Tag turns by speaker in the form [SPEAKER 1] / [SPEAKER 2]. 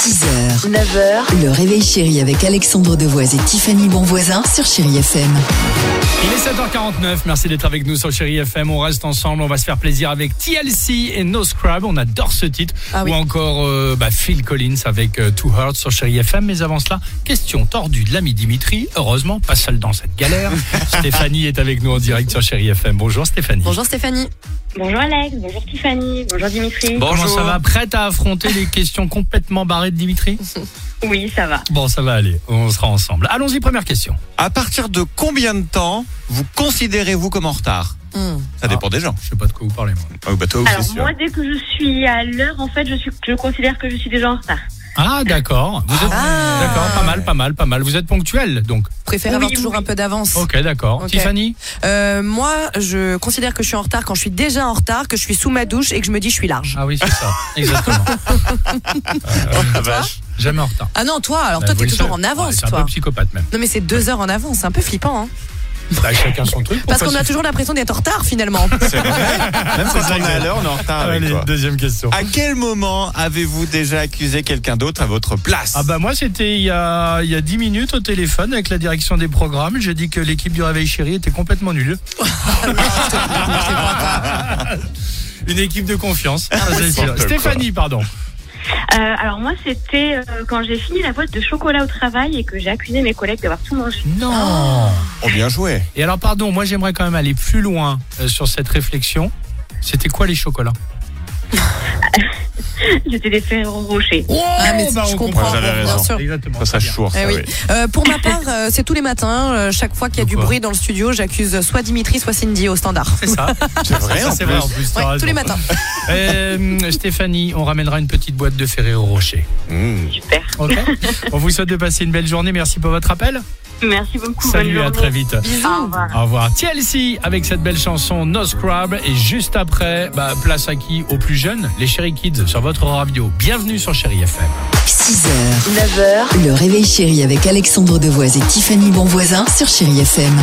[SPEAKER 1] 6h, 9h, le réveil chéri avec Alexandre Devoise et Tiffany Bonvoisin sur Chéri FM.
[SPEAKER 2] Il est 7h49, merci d'être avec nous sur Chéri FM. On reste ensemble, on va se faire plaisir avec TLC et No Scrub. On adore ce titre.
[SPEAKER 1] Ah oui.
[SPEAKER 2] Ou encore euh, bah, Phil Collins avec euh, Two Hearts sur Chéri FM. Mais avant cela, question tordue de l'ami Dimitri. Heureusement, pas seul dans cette galère. Stéphanie est avec nous en direct sur Chéri FM. Bonjour Stéphanie.
[SPEAKER 1] Bonjour Stéphanie.
[SPEAKER 3] Bonjour Alex, bonjour Tiffany, bonjour Dimitri.
[SPEAKER 2] Comment ça va Prête à affronter les questions complètement barrées de Dimitri
[SPEAKER 3] Oui, ça va.
[SPEAKER 2] Bon, ça va aller. On sera ensemble. Allons-y, première question.
[SPEAKER 4] À partir de combien de temps vous considérez-vous comme en retard
[SPEAKER 1] Hmm.
[SPEAKER 4] Ça dépend des gens.
[SPEAKER 2] Je sais pas de quoi vous parlez, moi.
[SPEAKER 4] Ah oui, bah toi,
[SPEAKER 3] Alors
[SPEAKER 4] c'est sûr.
[SPEAKER 3] moi, dès que je suis à l'heure, en fait, je, suis, je considère que je suis déjà en retard.
[SPEAKER 2] Ah, d'accord. Vous êtes...
[SPEAKER 1] Ah.
[SPEAKER 2] D'accord, pas mal, pas mal, pas mal. Vous êtes ponctuel, donc.
[SPEAKER 1] Préfère
[SPEAKER 3] Oui,
[SPEAKER 1] avoir toujours
[SPEAKER 3] oui.
[SPEAKER 1] un peu d'avance.
[SPEAKER 2] Ok, d'accord.
[SPEAKER 1] Ok.
[SPEAKER 2] Tiffany
[SPEAKER 1] Euh, moi, je considère que je suis en retard quand je suis déjà en retard, que je suis sous ma douche et que je me dis je suis large.
[SPEAKER 2] Ah oui, c'est ça. Exactement.
[SPEAKER 4] Oh
[SPEAKER 2] Ah bah,
[SPEAKER 4] la vache.
[SPEAKER 2] Jamais en retard.
[SPEAKER 1] Ah non, toi, alors
[SPEAKER 2] Bah,
[SPEAKER 1] toi,
[SPEAKER 2] vous
[SPEAKER 1] t'es
[SPEAKER 2] le
[SPEAKER 1] toujours
[SPEAKER 2] savez.
[SPEAKER 1] Ah, en
[SPEAKER 2] Ouais,
[SPEAKER 1] avance,
[SPEAKER 2] C'est un
[SPEAKER 1] toi.
[SPEAKER 2] peu psychopathe même.
[SPEAKER 1] Non mais c'est deux heures en avance, c'est un peu flippant. Hein.
[SPEAKER 2] Bah, chacun son truc.
[SPEAKER 1] Parce qu'on a toujours l'impression d'être en retard finalement.
[SPEAKER 4] Même quand on est à l'heure, on est en retard avec toi.
[SPEAKER 2] deuxième question.
[SPEAKER 4] À quel moment avez-vous déjà accusé quelqu'un d'autre à votre place
[SPEAKER 2] Ah bah moi c'était il y a il y a 10 minutes au téléphone avec la direction des programmes, j'ai dit que l'équipe du réveil chéri était complètement nulle.
[SPEAKER 1] Ah,
[SPEAKER 2] Une équipe de confiance,
[SPEAKER 1] Ah,
[SPEAKER 2] ça, c'est sûr.
[SPEAKER 4] N'importe quoi.
[SPEAKER 2] Stéphanie pardon.
[SPEAKER 3] Euh, alors moi, c'était euh, quand j'ai fini la boîte de chocolat au travail et que j'ai accusé mes collègues d'avoir tout mangé.
[SPEAKER 2] Non.
[SPEAKER 1] Ah.
[SPEAKER 4] Oh, bien joué.
[SPEAKER 2] Et alors pardon, moi j'aimerais quand même aller plus loin euh, sur cette réflexion. C'était quoi les chocolats
[SPEAKER 3] C'était des ferrero rochers.
[SPEAKER 1] Ah, mais
[SPEAKER 2] bah,
[SPEAKER 1] je
[SPEAKER 2] on
[SPEAKER 1] comprends,
[SPEAKER 4] comprend. Vous avez
[SPEAKER 1] bien
[SPEAKER 4] raison.
[SPEAKER 1] sûr.
[SPEAKER 2] Exactement.
[SPEAKER 4] Ça, ça
[SPEAKER 2] très bien.
[SPEAKER 4] choure,
[SPEAKER 1] Eh
[SPEAKER 4] ça,
[SPEAKER 1] oui.
[SPEAKER 4] oui.
[SPEAKER 1] Euh, pour ma part, euh, c'est tous les matins, euh, chaque fois qu'il y a
[SPEAKER 2] De
[SPEAKER 1] du
[SPEAKER 2] quoi
[SPEAKER 1] bruit dans le studio, j'accuse soit Dimitri, soit Cindy au standard.
[SPEAKER 2] C'est ça.
[SPEAKER 4] C'est vrai,
[SPEAKER 2] Ça,
[SPEAKER 4] en
[SPEAKER 2] c'est
[SPEAKER 4] plus.
[SPEAKER 2] vrai en plus.
[SPEAKER 1] Ouais,
[SPEAKER 2] t'as
[SPEAKER 1] tous les
[SPEAKER 2] raison.
[SPEAKER 1] matins.
[SPEAKER 2] Euh, Stéphanie, on ramènera une petite boîte de Ferrero Rocher.
[SPEAKER 4] Mmh.
[SPEAKER 3] Super.
[SPEAKER 2] Ok on vous souhaite de passer une belle journée. Merci pour votre appel.
[SPEAKER 3] Merci beaucoup.
[SPEAKER 2] Salut,
[SPEAKER 3] bonne
[SPEAKER 2] à
[SPEAKER 3] journée.
[SPEAKER 2] très vite.
[SPEAKER 1] Bisous.
[SPEAKER 3] Au revoir.
[SPEAKER 2] Au revoir. TLC avec cette belle chanson No Scrub. Et juste après, bah, place à qui Aux plus jeunes, les Chéri Kids sur votre radio. Bienvenue sur Chéri FM.
[SPEAKER 1] 6h, 9h, le réveil chéri avec Alexandre Devoise et Tiffany Bonvoisin sur Chéri FM.